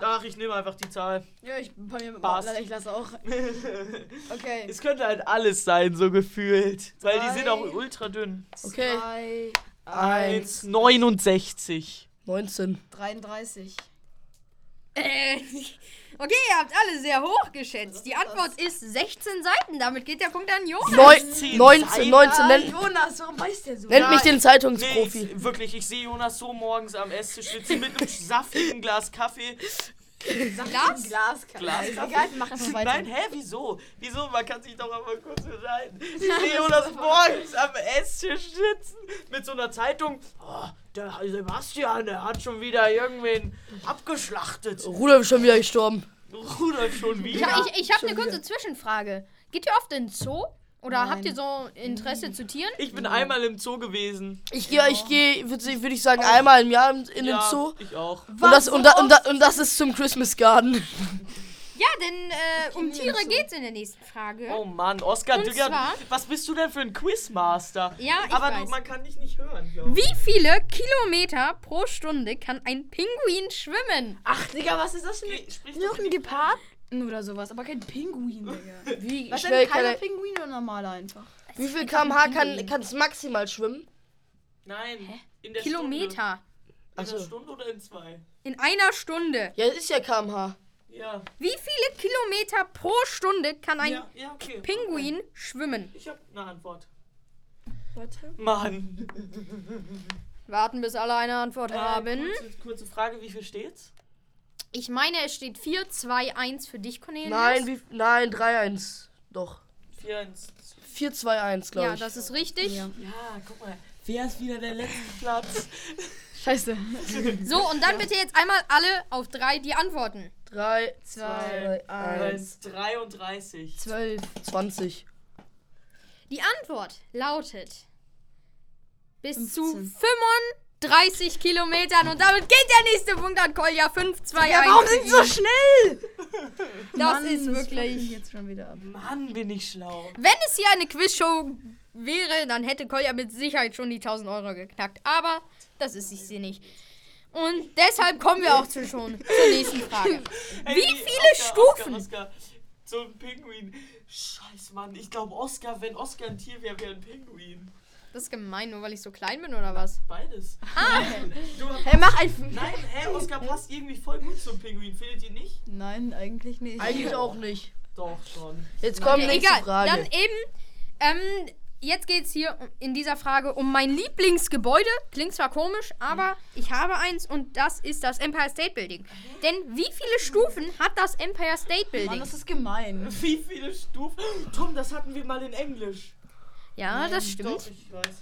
Speaker 2: Ach, ich nehme einfach die Zahl.
Speaker 3: Ja, ich bei mir
Speaker 2: Passt.
Speaker 3: Leider, ich lasse auch. Okay.
Speaker 2: Es könnte halt alles sein, so gefühlt. Weil die
Speaker 3: Drei.
Speaker 2: sind auch ultra dünn.
Speaker 1: Okay.
Speaker 3: Zwei,
Speaker 2: 69.
Speaker 1: 19.
Speaker 3: 33.
Speaker 4: Äh, okay, ihr habt alle sehr hoch geschätzt. Die Antwort ist 16 Seiten. Damit geht der Punkt an Jonas.
Speaker 1: Neun- 19,
Speaker 2: Seiten.
Speaker 1: 19. Nennt,
Speaker 3: Ah, Jonas, warum weißt der so?
Speaker 1: nennt mich den
Speaker 2: Nee,
Speaker 1: Zeitungsprofi.
Speaker 2: ich, wirklich, ich sehe Jonas so morgens am Esstisch sitzen mit einem saftigen Glas Kaffee.
Speaker 4: Glas?
Speaker 3: Glas,
Speaker 2: Glas Kaffee.
Speaker 3: Egal, mach einfach weiter.
Speaker 2: Nein, hä, wieso? Wieso? Man kann sich doch einmal kurz entscheiden. Ich sehe Jonas morgens am Esstisch sitzen mit so einer Zeitung. Oh, der Sebastian, der hat schon wieder irgendwen abgeschlachtet.
Speaker 1: Rudolf ist schon wieder gestorben.
Speaker 2: Rudolf schon wieder.
Speaker 4: Ja, ich, ich habe eine kurze Zwischenfrage. Geht ihr oft in den Zoo? Oder
Speaker 3: Nein.
Speaker 4: habt ihr so Interesse zu Tieren?
Speaker 2: Ich bin einmal im Zoo gewesen.
Speaker 1: Ich gehe, ich gehe, würde würd ich sagen, einmal im Jahr in, in den
Speaker 2: ja,
Speaker 1: Zoo.
Speaker 2: Ich auch.
Speaker 1: Und das, und, da, und, da, und das ist zum Christmas Garden.
Speaker 4: Ja, denn äh, um
Speaker 3: nie
Speaker 4: Tiere
Speaker 3: einen Zoo.
Speaker 4: geht's in der nächsten Frage.
Speaker 2: Oh Mann, Oscar,
Speaker 4: Und
Speaker 2: Digga,
Speaker 4: zwar-
Speaker 2: was bist du denn für ein Quizmaster?
Speaker 4: Ja, ich
Speaker 2: Aber
Speaker 4: weiß.
Speaker 2: Du, man kann dich nicht hören, glaub ich.
Speaker 4: Wie viele Kilometer pro Stunde kann ein Pinguin schwimmen?
Speaker 3: Ach, Digga, was ist das für
Speaker 2: Sprich- Sprich
Speaker 3: Nur ein Geparden oder sowas, aber kein Pinguin, Digga.
Speaker 1: Wie
Speaker 3: Was
Speaker 1: schnell
Speaker 3: denn,
Speaker 1: kann
Speaker 3: keine
Speaker 1: er,
Speaker 3: Pinguin oder normaler einfach?
Speaker 1: Wie viel kmh kann kann es maximal schwimmen?
Speaker 2: Nein, in der Stunde.
Speaker 4: Kilometer.
Speaker 2: In der
Speaker 1: Ach so.
Speaker 2: Stunde oder in zwei?
Speaker 4: In einer Stunde.
Speaker 1: Ja, das ist ja kmh.
Speaker 2: Ja.
Speaker 4: Wie viele Kilometer pro Stunde kann ein
Speaker 2: ja, ja, okay.
Speaker 4: Pinguin schwimmen?
Speaker 2: Ich hab eine Antwort.
Speaker 3: Warte.
Speaker 2: Mann.
Speaker 4: Warten, bis alle eine Antwort haben.
Speaker 2: Äh, kurze, kurze Frage, wie viel steht's?
Speaker 4: Ich meine, es steht 4, 2, 1 für dich, Cornelius.
Speaker 1: Nein, wie, nein, 3-1. Doch.
Speaker 2: 4, 1.
Speaker 1: 4-2-1, glaube
Speaker 4: Ja,
Speaker 1: ich.
Speaker 4: das ist richtig.
Speaker 3: Ja.
Speaker 2: Ja, guck mal. Wer ist wieder der letzte Platz?
Speaker 3: Scheiße.
Speaker 4: So, und dann bitte jetzt einmal alle auf drei die Antworten.
Speaker 1: 3,
Speaker 3: Zwei,
Speaker 1: 2, 1,
Speaker 2: 33.
Speaker 3: Zwölf.
Speaker 1: 20.
Speaker 4: Die Antwort lautet bis
Speaker 3: 15.
Speaker 4: zu 35 Kilometern und damit geht der nächste Punkt an Kolja 521.
Speaker 3: Ja, warum sind die so schnell?
Speaker 4: Das ist wirklich.
Speaker 3: jetzt schon wieder ab.
Speaker 2: Mann, bin ich schlau.
Speaker 4: Wenn es hier eine Quizshow wäre, dann hätte Kolja mit Sicherheit schon die 1000 Euro geknackt. Aber das ist sie nicht. Und deshalb kommen wir auch zu schon zur nächsten Frage.
Speaker 2: Ey,
Speaker 4: Wie viele Stufen?
Speaker 2: Oscar, Oscar. So ein Pinguin. Scheiß Mann, ich glaube Oscar, wenn Oscar ein Tier wäre, wäre ein Pinguin.
Speaker 4: Das ist gemein, nur weil ich so klein bin oder was?
Speaker 2: Beides.
Speaker 4: Ah,
Speaker 2: Du,
Speaker 3: Hey, mach einfach.
Speaker 2: nein, hä, Oscar passt irgendwie voll gut zum Pinguin, findet ihr nicht?
Speaker 3: Nein, eigentlich nicht.
Speaker 1: Eigentlich auch nicht.
Speaker 2: Doch schon.
Speaker 1: Jetzt kommt
Speaker 4: Okay,
Speaker 1: nächste
Speaker 4: egal.
Speaker 1: Frage.
Speaker 4: Dann eben, ähm, jetzt geht's hier in dieser Frage um mein Lieblingsgebäude. Klingt zwar komisch, aber ich habe eins und das ist das Empire State Building. Denn wie viele Stufen hat das Empire State
Speaker 3: Mann,
Speaker 4: Building?
Speaker 3: das ist gemein.
Speaker 2: Wie viele Stufen? Tom, das hatten wir mal in Englisch.
Speaker 4: ja, das
Speaker 2: Doch,
Speaker 4: stimmt.
Speaker 2: ich weiß es.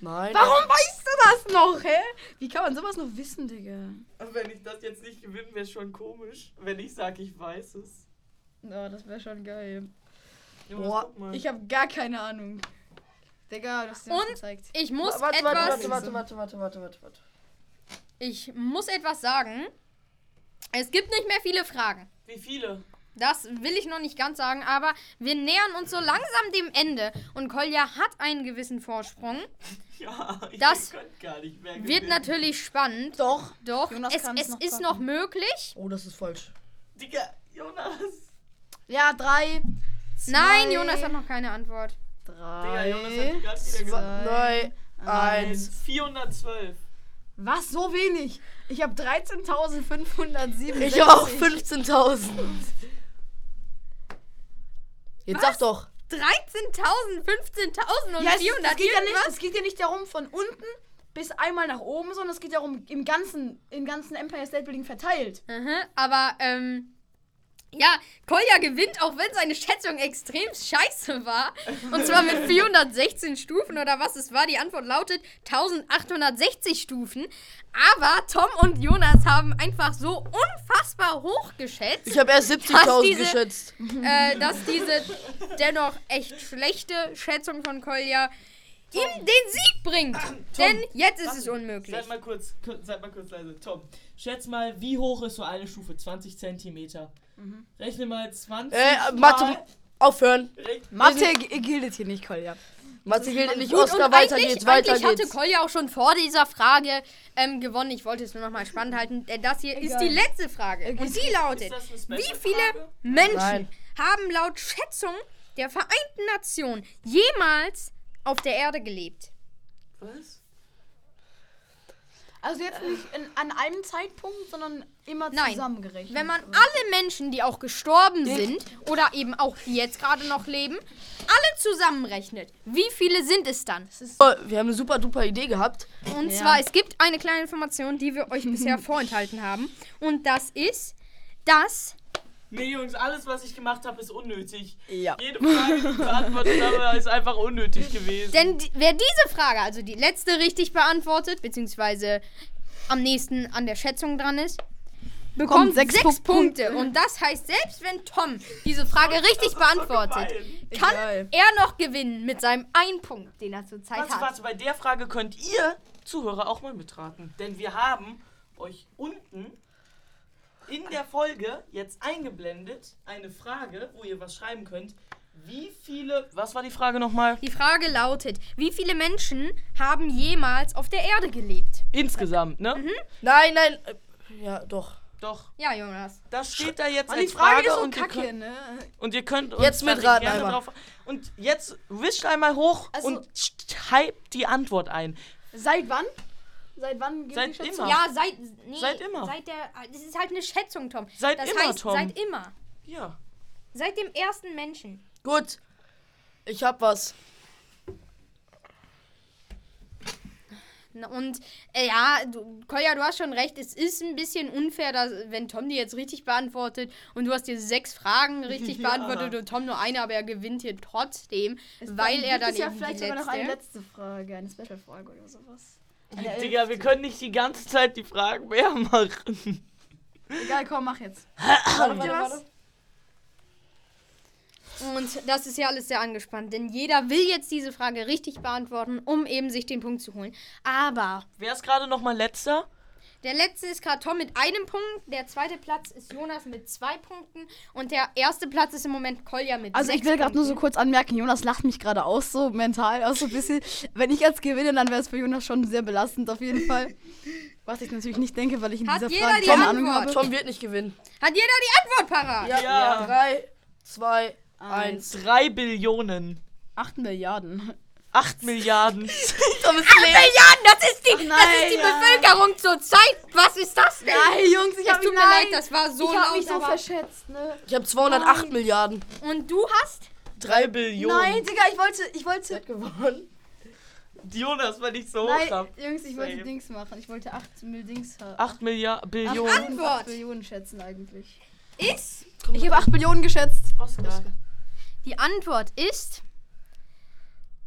Speaker 1: Nein.
Speaker 3: Warum weißt du das noch, hä? Wie kann man sowas noch wissen, Digga?
Speaker 2: Aber Wenn ich das jetzt nicht gewinne, wäre schon komisch, wenn ich sage, ich weiß es.
Speaker 3: Oh, das wäre schon geil.
Speaker 2: Jonas,
Speaker 1: Boah,
Speaker 2: guck mal.
Speaker 3: Ich habe gar keine Ahnung. Digga, du hast dir
Speaker 4: Und-
Speaker 3: das gezeigt.
Speaker 4: Ich muss
Speaker 1: warte,
Speaker 4: etwas.
Speaker 1: warte, warte, warte, warte, warte, warte, warte, warte.
Speaker 4: Ich muss etwas sagen. Es gibt nicht mehr viele Fragen.
Speaker 2: Wie viele?
Speaker 4: Das will ich noch nicht ganz sagen, aber wir nähern uns so langsam dem Ende. Und Kolja hat einen gewissen Vorsprung.
Speaker 2: Ja, ich
Speaker 4: Das
Speaker 2: könnte gar nicht mehr
Speaker 4: Wird
Speaker 2: gewinnen.
Speaker 4: natürlich spannend.
Speaker 1: Doch.
Speaker 4: Doch,
Speaker 3: Jonas
Speaker 4: es,
Speaker 3: kann's
Speaker 4: es
Speaker 3: noch
Speaker 4: ist
Speaker 3: packen.
Speaker 4: noch möglich.
Speaker 1: Oh, das ist falsch.
Speaker 2: Digga, Jonas.
Speaker 3: Ja, drei.
Speaker 4: Nein,
Speaker 3: zwei,
Speaker 4: Jonas hat noch keine Antwort.
Speaker 2: Digga, Jonas hat
Speaker 3: Drei.
Speaker 2: die ganze Zeit gewonnen.
Speaker 1: Nein. Eins.
Speaker 2: 412.
Speaker 3: Was? So wenig? Ich habe 13.507.
Speaker 1: Ich habe auch 15.000. Jetzt sag doch.
Speaker 4: 13.000, 15.000 und
Speaker 3: Ja, es,
Speaker 4: 400.
Speaker 3: es, geht ja nicht,
Speaker 4: irgendwas?
Speaker 3: es geht ja nicht darum, von unten bis einmal nach oben, sondern es geht darum, im ganzen, im ganzen Empire State Building verteilt.
Speaker 4: Mhm, aber, ähm, ja, Kolja gewinnt, auch wenn seine Schätzung extrem scheiße war. Und zwar mit 416 Stufen oder was es war. Die Antwort lautet 1860 Stufen. Aber Tom und Jonas haben einfach so unfassbar hoch geschätzt.
Speaker 1: Ich habe erst
Speaker 4: Hast
Speaker 1: 70.000
Speaker 4: diese-
Speaker 1: geschätzt.
Speaker 4: äh, dass diese dennoch echt schlechte Schätzung von Kolja ihm den Sieg bringt. Denn jetzt ist es unmöglich.
Speaker 2: Seid mal kurz, kur- seid mal kurz leise. Tom, schätz mal, wie hoch ist so eine Stufe? 20 Zentimeter. Rechne mal 20.
Speaker 1: Äh,
Speaker 2: mal-
Speaker 1: Mathe, aufhören.
Speaker 2: Rech-
Speaker 3: Mathe g- gilt hier nicht, Kolja.
Speaker 1: Mathe gilt nicht.
Speaker 4: Gut,
Speaker 1: Oscar,
Speaker 4: und
Speaker 1: weiter
Speaker 4: eigentlich-
Speaker 1: geht's, weiter
Speaker 4: eigentlich hatte
Speaker 1: geht's.
Speaker 4: Kolja auch schon vor dieser Frage ähm, gewonnen. Ich wollte es nur noch mal spannend halten, denn das hier ist
Speaker 3: Egal.
Speaker 4: die letzte Frage. Und sie lautet,
Speaker 2: das eine Special-Frage?
Speaker 4: wie viele Menschen
Speaker 1: Nein.
Speaker 4: haben laut Schätzung der Vereinten Nationen jemals auf der Erde gelebt?
Speaker 2: Was?
Speaker 3: Also jetzt nicht in, an einem Zeitpunkt, sondern immer
Speaker 4: Nein.
Speaker 3: zusammengerechnet.
Speaker 4: Wenn man alle Menschen, die auch gestorben sind oder eben auch die jetzt gerade noch leben, alle zusammenrechnet, wie viele sind es dann?
Speaker 1: Oh, wir haben eine super duper Idee gehabt.
Speaker 4: Und
Speaker 3: Ja.
Speaker 4: zwar, es gibt eine kleine Information, die wir euch bisher vorenthalten haben. Und das ist, dass.
Speaker 2: Nee, Jungs, alles, was ich gemacht habe, ist unnötig.
Speaker 3: Ja.
Speaker 2: Jede Frage, die ich beantwortet habe, ist einfach unnötig gewesen.
Speaker 4: Denn die, wer diese Frage, also die letzte, richtig beantwortet, beziehungsweise am nächsten an der Schätzung dran ist, bekommt sechs,
Speaker 3: sechs Pu-
Speaker 4: Punkte. Und das heißt, selbst wenn Tom diese Frage richtig beantwortet,
Speaker 2: Nein.
Speaker 4: kann
Speaker 3: Egal.
Speaker 4: er noch gewinnen mit seinem einen Punkt, den er zurzeit
Speaker 2: Warte,
Speaker 4: hat.
Speaker 2: warte, bei der Frage könnt ihr Zuhörer auch mal mitraten. Denn wir haben euch unten in der Folge jetzt eingeblendet eine Frage, wo ihr was schreiben könnt. Wie viele. Was war die Frage nochmal?
Speaker 4: Die Frage lautet, wie viele Menschen haben jemals auf der Erde gelebt?
Speaker 2: Insgesamt, ne?
Speaker 3: Mhm.
Speaker 1: Nein, nein. äh, Ja, doch.
Speaker 2: Doch.
Speaker 4: Ja, Jonas.
Speaker 2: Das steht da jetzt
Speaker 3: Mann, die
Speaker 2: als
Speaker 3: Frage,
Speaker 2: Frage
Speaker 3: ist so
Speaker 2: und, ihr
Speaker 3: kacke,
Speaker 2: könnt,
Speaker 3: ne?
Speaker 2: und ihr könnt uns
Speaker 1: Jetzt
Speaker 2: da
Speaker 1: mitraten
Speaker 2: gerne
Speaker 1: einmal.
Speaker 2: drauf. Und jetzt wischt einmal hoch
Speaker 3: Also-
Speaker 2: und schreibt die Antwort ein.
Speaker 3: Seit wann? Seit wann gilt
Speaker 2: Seit
Speaker 3: die Schätzung?
Speaker 2: immer.
Speaker 4: Ja, seit. Nee,
Speaker 2: Seit immer.
Speaker 4: Seit der, das ist halt eine Schätzung, Tom.
Speaker 2: Seit
Speaker 4: das
Speaker 2: immer,
Speaker 4: heißt,
Speaker 2: Tom.
Speaker 4: Seit immer.
Speaker 2: Ja.
Speaker 4: Seit dem ersten Menschen.
Speaker 1: Gut. Ich hab was.
Speaker 4: Na, Und äh, ja, du, Kolja, du hast schon recht. Es ist ein bisschen unfair, dass, wenn Tom die jetzt richtig beantwortet und du hast dir sechs Fragen richtig
Speaker 2: Ja.
Speaker 4: beantwortet und Tom nur eine, aber er gewinnt hier trotzdem, weil er
Speaker 3: gibt
Speaker 4: dann
Speaker 3: es ja
Speaker 4: eben
Speaker 3: vielleicht
Speaker 4: die
Speaker 3: sogar noch eine
Speaker 4: letzte-
Speaker 3: letzte Frage, eine Special-Frage oder sowas. Eine
Speaker 2: Digga, wir können nicht die ganze Zeit die Fragen mehr machen.
Speaker 3: Egal, komm, mach jetzt.
Speaker 4: Und das ist ja alles sehr angespannt, denn jeder will jetzt diese Frage richtig beantworten, um eben sich den Punkt zu holen. Aber
Speaker 2: Wer ist gerade nochmal letzter?
Speaker 4: der letzte ist gerade Tom mit einem Punkt, der zweite Platz ist Jonas mit zwei Punkten und der erste Platz ist im Moment Kolja mit
Speaker 3: Also ich
Speaker 4: sechs
Speaker 3: will gerade nur so
Speaker 4: Punkten.
Speaker 3: kurz anmerken, Jonas lacht mich gerade aus, so mental aus so ein bisschen. Wenn ich jetzt gewinne, dann wäre es für Jonas schon sehr belastend auf jeden Fall. Was ich natürlich nicht denke, weil ich in
Speaker 4: Hat
Speaker 3: dieser
Speaker 4: jeder
Speaker 3: Frage
Speaker 4: die
Speaker 3: keine Ahnung
Speaker 4: Antwort?
Speaker 3: habe.
Speaker 1: Tom wird nicht gewinnen.
Speaker 4: Hat jeder die Antwort parat?
Speaker 1: Ja.
Speaker 2: Ja.
Speaker 1: Drei, zwei,
Speaker 3: Eins.
Speaker 1: eins.
Speaker 2: Drei Billionen.
Speaker 3: 8 Milliarden.
Speaker 2: Acht
Speaker 1: Tom
Speaker 2: Milliarden.
Speaker 1: ist leer.
Speaker 4: Milliarden, das ist die,
Speaker 3: nein,
Speaker 4: das ist die
Speaker 3: ja.
Speaker 4: Bevölkerung zur Zeit. Was ist das denn?
Speaker 3: Nein, Jungs, ich
Speaker 4: es
Speaker 3: hab
Speaker 4: tut mir
Speaker 3: nein.
Speaker 4: leid, das war so
Speaker 3: ich
Speaker 4: laut.
Speaker 3: hab mich so
Speaker 4: aber
Speaker 3: verschätzt, ne?
Speaker 1: Ich hab 208 Milliarden.
Speaker 4: und du hast?
Speaker 2: Drei Billionen.
Speaker 3: Nein, Digga, ich wollte, ich wollte.
Speaker 1: gewonnen.
Speaker 2: Jonas, weil ich so hoch
Speaker 3: Nein,
Speaker 2: hab.
Speaker 3: Jungs, ich wollte
Speaker 2: Safe.
Speaker 3: Dings machen. Ich wollte 8 Mil Dings haben.
Speaker 2: Acht Milliarden. Billionen.
Speaker 4: Antwort.
Speaker 3: Acht Millionen schätzen eigentlich.
Speaker 4: Ist?
Speaker 3: Ich habe 8 Millionen geschätzt.
Speaker 2: Oscar.
Speaker 4: Die Antwort ist.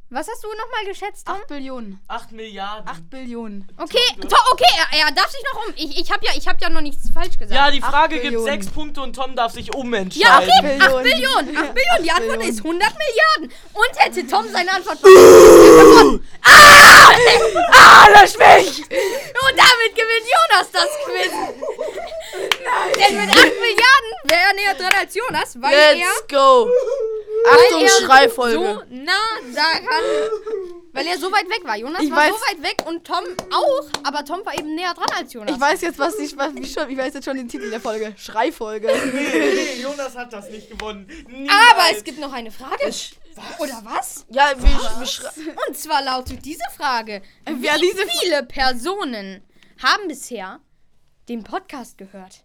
Speaker 4: Was hast du nochmal geschätzt, Tom?
Speaker 3: 8 Billionen.
Speaker 2: Acht Milliarden.
Speaker 3: 8 Billionen.
Speaker 4: Okay, to- okay, er, er darf sich noch um. Ich, ich habe ja, ich hab ja noch nichts falsch gesagt.
Speaker 2: ja, die
Speaker 3: acht
Speaker 2: Frage gibt
Speaker 3: Billionen.
Speaker 2: sechs Punkte und Tom darf sich
Speaker 4: Ja,
Speaker 2: umentscheiden.
Speaker 4: okay, 8 Billionen. 8 Billionen, die Antwort ist 100 Milliarden. Und hätte Tom seine Antwort gewonnen. Ah! Ah, lösch mich! Und damit gewinnt Jonas das Quiz. Denn mit 8 Milliarden wäre er näher dran als Jonas, weil er,
Speaker 1: Let's go.
Speaker 4: weil
Speaker 1: Achtung,
Speaker 4: er so
Speaker 1: Schreifolge.
Speaker 4: nah daran, weil er so weit weg war. Jonas
Speaker 3: Ich
Speaker 4: war so
Speaker 3: weiß-
Speaker 4: weit weg und Tom auch, aber Tom war eben näher dran als Jonas.
Speaker 3: Ich weiß jetzt, was ich, was, wie schon, ich weiß jetzt schon den Titel der Folge. Schreifolge.
Speaker 2: Okay, Jonas hat das nicht gewonnen.
Speaker 4: aber es gibt noch eine Frage. Oder was?
Speaker 1: Ja, wir, wir schrei-
Speaker 4: Und zwar lautet diese Frage:
Speaker 2: Äh,
Speaker 3: Wer
Speaker 4: Wie
Speaker 3: diese-
Speaker 4: viele Personen haben bisher den Podcast gehört?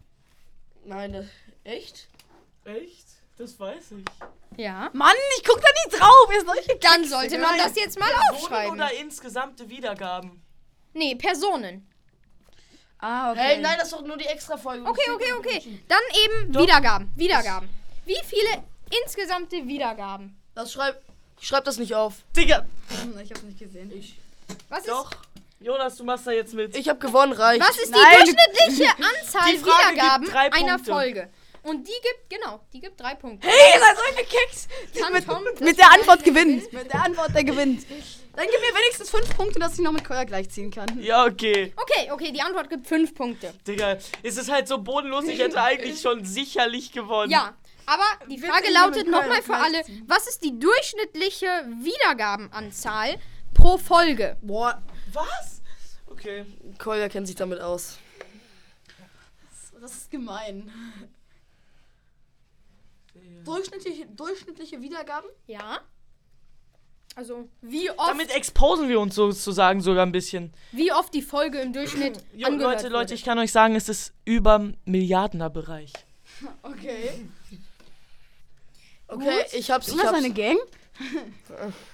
Speaker 1: Nein, das- echt?
Speaker 2: Echt? Das weiß ich.
Speaker 4: Ja.
Speaker 3: Mann, ich guck da nicht drauf. Ihr solche
Speaker 4: Dann sollte man
Speaker 2: Nein.
Speaker 4: das jetzt mal
Speaker 2: Personen
Speaker 4: aufschreiben.
Speaker 2: oder insgesamte Wiedergaben?
Speaker 4: Nee, Personen.
Speaker 3: Ah, okay.
Speaker 1: Hey, nein, das ist doch nur die extra Folge.
Speaker 4: Okay, okay, okay. Dann eben Wiedergaben. Wiedergaben. Wie viele insgesamte Wiedergaben?
Speaker 1: Das schreib, ich schreib das nicht auf.
Speaker 2: Digga.
Speaker 3: Hm, Ich hab's nicht gesehen.
Speaker 4: Was ist,
Speaker 2: Doch. Jonas, du machst da jetzt mit.
Speaker 1: Ich hab gewonnen, reicht.
Speaker 4: was ist die
Speaker 3: Nein.
Speaker 4: durchschnittliche Anzahl
Speaker 2: Die Frage gibt
Speaker 4: Wiedergaben
Speaker 2: drei
Speaker 4: einer
Speaker 2: Punkte.
Speaker 4: Folge? Und die gibt, genau, die gibt drei Punkte.
Speaker 3: Hey, ihr seid solche Keks!
Speaker 4: Kann Tom das
Speaker 3: Mit der Antwort gewinnt. Mit der Antwort, der gewinnt. Dann gib mir wenigstens fünf Punkte, dass ich noch mit Koya gleichziehen kann.
Speaker 2: Ja, okay.
Speaker 4: Okay, okay, die Antwort gibt fünf Punkte.
Speaker 2: Digga, es ist halt so bodenlos, ich hätte eigentlich schon sicherlich gewonnen.
Speaker 4: Ja, aber die
Speaker 3: Will
Speaker 4: Frage
Speaker 3: ich nur
Speaker 4: lautet
Speaker 3: mit Köln
Speaker 4: nochmal für alle,
Speaker 3: gleichziehen.
Speaker 4: was ist die durchschnittliche Wiedergabenanzahl pro Folge?
Speaker 1: Boah,
Speaker 2: Was? Okay.
Speaker 1: Kolja kennt sich damit aus.
Speaker 3: Das ist gemein. Durchschnittliche, durchschnittliche Wiedergaben?
Speaker 4: Ja. Also, wie oft,
Speaker 2: Damit exposen wir uns sozusagen sogar ein bisschen.
Speaker 4: wie oft die Folge im Durchschnitt
Speaker 2: Jo,
Speaker 4: angehört
Speaker 2: Leute, Leute,
Speaker 4: wurde.
Speaker 2: ich kann euch sagen, es ist über Milliardener-Bereich.
Speaker 3: Okay.
Speaker 1: Okay,
Speaker 3: Gut.
Speaker 1: ich hab's,
Speaker 3: Ist
Speaker 1: ich
Speaker 3: das
Speaker 1: hab's.
Speaker 3: eine Gang?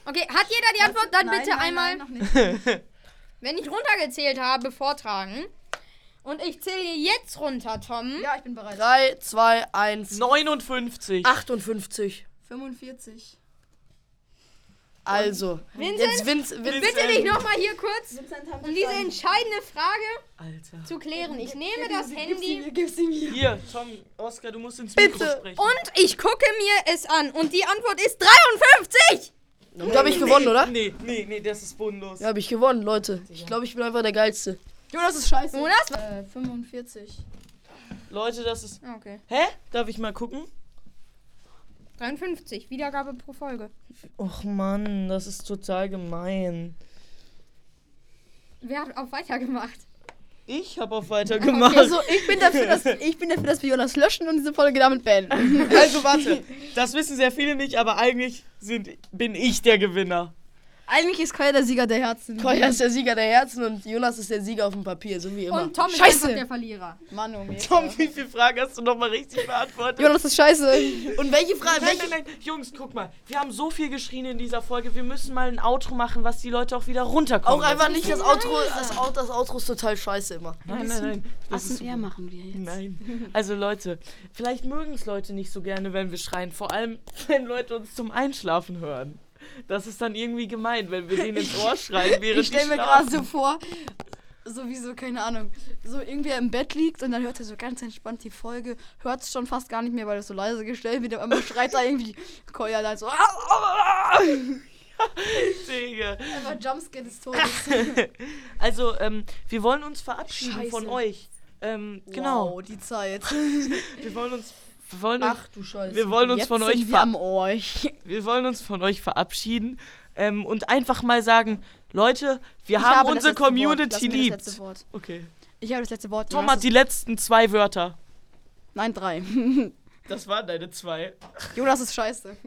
Speaker 4: Okay, hat jeder die Antwort? Dann bitte einmal,
Speaker 3: Nein, noch nicht.
Speaker 4: wenn ich runtergezählt habe, vortragen. Und ich zähle jetzt runter, Tom.
Speaker 3: Ja, ich bin bereit.
Speaker 1: 3, 2, 1,
Speaker 2: 59.
Speaker 1: 58.
Speaker 3: 45.
Speaker 1: Also,
Speaker 4: Vincent?
Speaker 1: jetzt Vince, Vince.
Speaker 4: Bitte dich nochmal hier kurz,
Speaker 3: Vincent haben
Speaker 4: um diese entscheidende Frage
Speaker 2: Alter.
Speaker 4: zu klären. Ich nehme das Handy
Speaker 3: Gib sie mir.
Speaker 2: Hier, Tom, Oscar, du musst ins Mikro
Speaker 1: Bitte.
Speaker 2: sprechen.
Speaker 4: Und ich gucke mir es an. Und die Antwort ist 53!
Speaker 1: Damit hab ich gewonnen, oder?
Speaker 2: Nee, nee, nee, das ist bodenlos.
Speaker 1: Ja, hab ich gewonnen, Leute. Ich glaube, ich bin einfach der Geilste.
Speaker 3: Jonas ist scheiße.
Speaker 4: Jonas?
Speaker 3: Äh, 45.
Speaker 2: Leute, das ist.
Speaker 4: Ah, Okay.
Speaker 2: Hä? Darf ich mal gucken?
Speaker 4: 53, Wiedergabe pro Folge.
Speaker 2: Och Mann, das ist total gemein.
Speaker 4: Wer hat auf weitergemacht?
Speaker 2: Ich habe auf weitergemacht.
Speaker 3: Also, ich bin, dafür, dass, ich bin dafür, dass wir Jonas löschen und diese Folge damit beenden.
Speaker 2: Also warte, das wissen sehr viele nicht, aber eigentlich sind, bin ich der Gewinner.
Speaker 3: Eigentlich ist Koya der Sieger der Herzen.
Speaker 1: Kolja ist der Sieger der Herzen und Jonas ist der Sieger auf dem Papier, so wie immer.
Speaker 4: Und Tom ist
Speaker 3: Scheiße.
Speaker 4: einfach der Verlierer.
Speaker 3: Mann, oh Mist.
Speaker 2: Tom, wie viele Fragen hast du nochmal richtig beantwortet?
Speaker 3: Jonas ist scheiße.
Speaker 1: Und welche Frage?
Speaker 2: Nein,
Speaker 1: Welche,
Speaker 2: nein, nein, Jungs, guck mal, wir haben so viel geschrien in dieser Folge, wir müssen mal ein Outro machen, was die Leute auch wieder runterkommen.
Speaker 1: auch einfach nicht das Outro. Das, Out- das Outro ist total scheiße immer.
Speaker 2: Nein, nein, nein. Das ist
Speaker 3: eher machen wir jetzt.
Speaker 2: Nein. Also Leute, vielleicht mögen es Leute nicht so gerne, wenn wir schreien. Vor allem, wenn Leute uns zum Einschlafen hören. Das ist dann irgendwie gemein, wenn wir denen ins Ohr schreien, während
Speaker 3: Ich stelle
Speaker 2: die
Speaker 3: mir
Speaker 2: schlafen.
Speaker 3: gerade so vor, sowieso, keine Ahnung, so irgendwer im Bett liegt und dann hört er so ganz entspannt die Folge, hört es schon fast gar nicht mehr, weil das so leise gestellt wird, aber immer schreit da irgendwie Koya da so. "Ah, "Au, au, au, au."
Speaker 2: Digga.
Speaker 3: Einfach Jumpscare des Todes.
Speaker 2: Also, ähm, wir wollen uns verabschieden von
Speaker 3: Scheiße.
Speaker 2: euch. Ähm, genau.
Speaker 3: Wow, die Zeit.
Speaker 2: Wir wollen uns. Wir wollen uns,
Speaker 1: Ach du Scheiße.
Speaker 2: wir wollen uns
Speaker 3: Jetzt
Speaker 2: von
Speaker 3: sind
Speaker 2: euch
Speaker 3: wir
Speaker 2: ver
Speaker 3: am Ohr. Ich
Speaker 2: wir wollen uns von euch verabschieden ähm, und einfach mal sagen, Leute, wir haben
Speaker 3: habe das
Speaker 2: unsere
Speaker 3: letzte Wort. Lass
Speaker 2: Community
Speaker 3: mir das
Speaker 2: liebt.
Speaker 3: letzte Wort.
Speaker 2: Okay.
Speaker 3: Ich habe das letzte Wort.
Speaker 2: Tom
Speaker 3: Jonas
Speaker 2: hat die letzten zwei Wörter.
Speaker 3: Nein, drei.
Speaker 2: Das waren deine zwei.
Speaker 3: Jonas ist scheiße.